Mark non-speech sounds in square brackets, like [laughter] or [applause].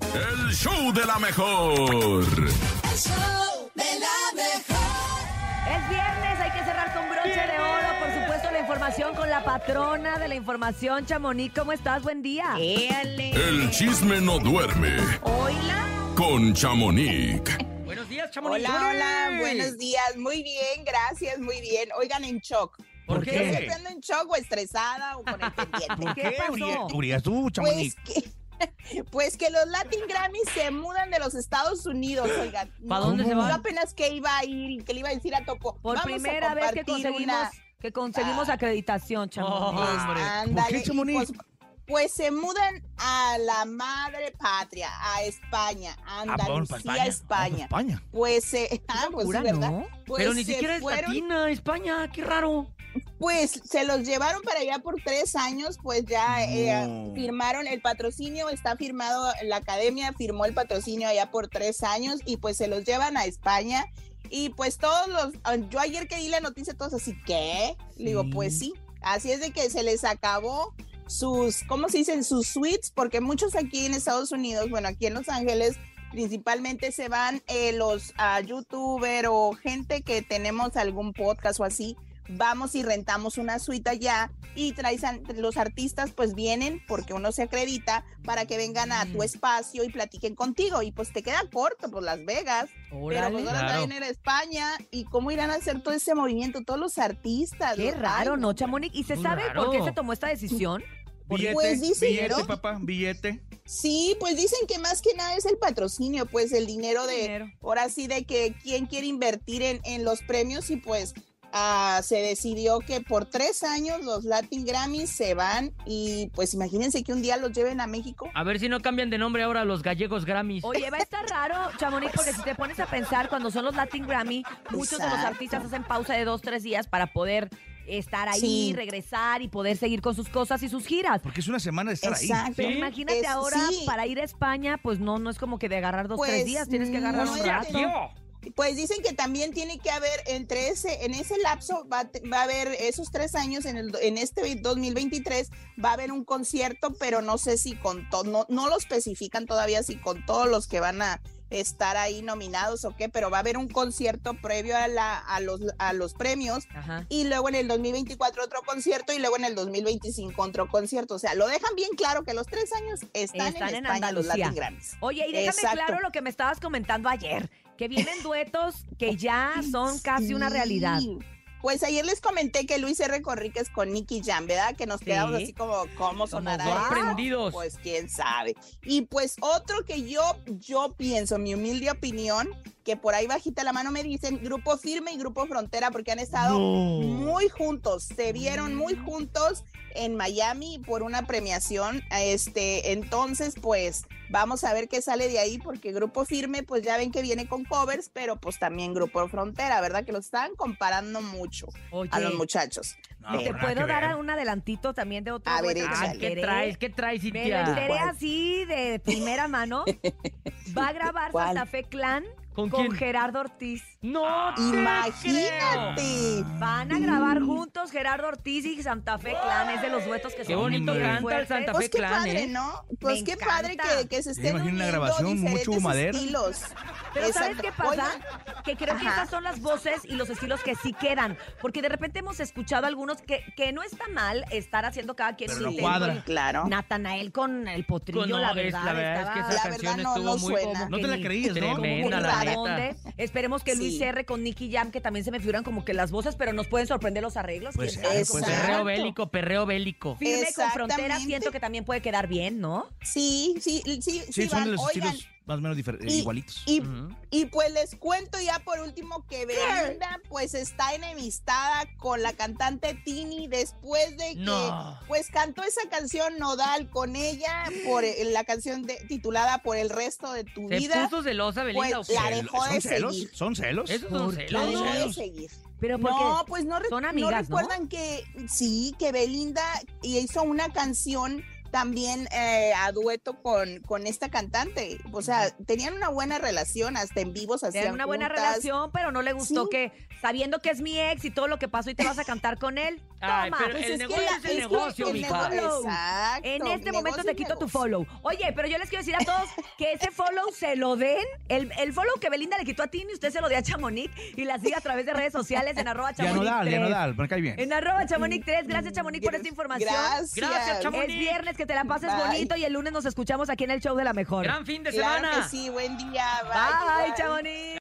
El show de la mejor. El show de la mejor. Es viernes, hay que cerrar con broche de oro, por supuesto, la información con la patrona de la información, Chamonix. ¿Cómo estás? Buen día. Eh, El chisme no duerme Hola. con Chamonix. Buenos días, Hola, Chamonix. Chamonix. hola, buenos días. Muy bien, gracias, muy bien. Oigan, en shock. ¿Por Yo qué? siempre ando en shock o estresada o con el pendiente. [laughs] ¿Por qué pasó? Urias, Urias, tú, Pues Chamonix? que, [laughs] pues que los Latin Grammys se mudan de los Estados Unidos, oigan. ¿Pa' dónde se Yo van? apenas que iba a ir, que le iba a decir a Topo. Por vamos a primera vez que compartir conseguimos, una- Ah. que conseguimos acreditación, Chamonix. Oh. Hombre, ¿por Ándale, qué, y Chamonix? pues, pues se mudan a la madre patria, a España, Andalucía, Ah, España. España. Pues, eh, [laughs] ah, pues sí, Locura, ¿verdad? ¿no? Pues Pero ni se siquiera es fueron latina, España, qué raro. Pues se los llevaron para allá por tres años, pues ya eh, No. firmaron el patrocinio, está firmado, la academia firmó el patrocinio allá por tres años y pues se los llevan a España. Y pues todos los, ah, yo ayer que di la noticia, todos así, ¿qué? Le digo, Sí. pues sí, así es de que se les acabó sus, ¿cómo se dicen? Sus suites, porque muchos aquí en Estados Unidos, bueno, aquí en Los Ángeles, principalmente se van eh, los ah, youtuber o gente que tenemos algún podcast o así, vamos y rentamos una suite allá y traes a- los artistas pues vienen porque uno se acredita para que vengan a tu Mm. espacio y platiquen contigo y pues te queda corto pues Las Vegas, pero pues ahora Claro. traen en España y cómo irán a hacer todo ese movimiento todos los artistas. Qué los- raro, ay, ¿no, Chamonix? ¿Y se Muy sabe por raro. qué se tomó esta decisión? Billete, Pues dicen, billete, ¿no? papá, billete. Sí, pues dicen que más que nada es el patrocinio, pues el dinero de, Dinero. ahora sí de que quién quiere invertir en, en los premios y pues ah, se decidió que por tres años los Latin Grammys se van y pues imagínense que un día los lleven a México. A ver si no cambian de nombre ahora los gallegos Grammys. Oye, va a estar raro, Chamonix, porque si te pones a pensar, cuando son los Latin Grammy, muchos de los Exacto. artistas hacen pausa de dos, tres días para poder estar ahí, Sí. regresar y poder seguir con sus cosas y sus giras. Porque es una semana de estar ahí. Exacto. Pero Sí, imagínate es- ahora sí. para ir a España, pues no, no es como que de agarrar dos, tres Pues, días, tienes que agarrar no un es rato. que- Pues dicen que también tiene que haber entre ese, en ese lapso va, a te- va a haber esos tres años, en, el, en este 2023 va a haber un concierto, pero no sé si con todo, no, no lo especifican todavía si con todos los que van a estar ahí nominados o qué, pero va a haber un concierto previo a, la, a, los, a los premios Ajá. y luego en el 2024 otro concierto y luego en el 2025 otro concierto. O sea, lo dejan bien claro que los tres años están, Están en en, España los Andalucía. Latin Grammys. Oye, y déjame Exacto. claro lo que me estabas comentando ayer, que vienen duetos que ya son casi una realidad. Sí. Pues ayer les comenté que Luis R. Conríquez con Nicky Jam, ¿verdad? Que nos Sí. quedamos así como, ¿cómo sonará dos eso? prendidos. Pues quién sabe. Y pues otro que yo, yo pienso, mi humilde opinión, que por ahí bajita la mano me dicen, Grupo Firme y Grupo Frontera, porque han estado muy juntos, se vieron muy juntos en Miami por una premiación, este, entonces pues vamos a ver qué sale de ahí porque Grupo Firme pues ya ven que viene con covers, pero pues también Grupo Frontera, ¿verdad? Que los estaban comparando mucho Oye, a los muchachos. No, ¿te nada puedo que dar ver. un adelantito también de otro A ver, dueto? échale. Me Ay, Ah, ¿qué enteré. traes? ¿Qué traes, Me lo Cintia? enteré ¿Cuál? así de primera mano. Va a grabar ¿Cuál? Santa Fe Clan ¿Con con quién? Gerardo Ortiz. No Ah, te creo. Imagínate. Van a grabar Mm. juntos Gerardo Ortiz y Santa Fe Clan. Es de los duetos que Qué son bonito muy canta el fuertes. Santa Fe. Pues qué Clan, padre, ¿eh? ¿no? Pues Me qué padre encanta. que, que se Ya estén imagino uniendo una grabación, mucho diferentes madera. estilos. Pero ¿sabes Exacto. qué pasa? Oigan, que creo que Ajá. estas son las voces y los estilos que sí quedan. Porque de repente hemos escuchado algunos que, que no está mal estar haciendo cada quien Pero su no intento. cuadra. Claro. Natanael con el potrillo, No, la es- verdad. la verdad es que estaba- esa La canción verdad, no- estuvo no muy suena. como No te la ni- creías, ¿no? Como que tremenda, la rara. neta. ¿Dónde? Esperemos que Luis Sí. R con Nicky Jam, que también se me figuran como que las voces, pero nos pueden sorprender los arreglos. Pues quién sí, sabe pues cómo sí. será. Perreo bélico, perreo bélico. Firme con frontera, Exactamente. siento que también puede quedar bien, ¿no? Sí, sí, sí, sí, Sí, son van. de los Oigan, estilos más o menos difer- eh, y- igualitos. y Ujú. Y pues les cuento ya por último que Belinda pues está enemistada con la cantante Tini después de que No. pues cantó esa canción Nodal con ella por el- la canción de- titulada Por el resto de tu ¿Se vida. puso celosa, Belinda? Pues, o qué? la dejó ¿Son de celos? seguir. ¿Son celos? Esos son ¿Por La celos. dejó de Celos. seguir. Pero porque No, pues no, re- son no amigas, ¿no? recuerdan que sí, que Belinda hizo una canción también eh, a dueto con, con esta cantante. O sea, tenían una buena relación, hasta en vivos hacían Tenían una buena juntas. Pues relación, pero no le gustó pues, Sí. que, sabiendo que es mi ex y todo lo que pasó y te vas a cantar con él, Ay, toma. pero Pues el es que negocio la- es el que negocio, el mija. nego- Exacto, En este momento negocio te es quito tu negocio. follow. Oye, pero yo les quiero decir a todos que ese follow se lo den. El, el follow que Belinda le quitó a Tini, usted se lo dé a Chamonix y la siga a través de redes sociales en arroba Ya no Chamonix. da, ya no 3. da, me cae bien. En arroba Chamonix 3. Gracias, Chamonix, por esta Mm, Gracias. información. Gracias. Gracias, chamo. Es Chamonix. viernes, que te la pases Bye. bonito y el lunes nos escuchamos aquí en el show de la mejor. Gran fin de Claro semana. que sí, buen día. Bye, bye. Chamonix.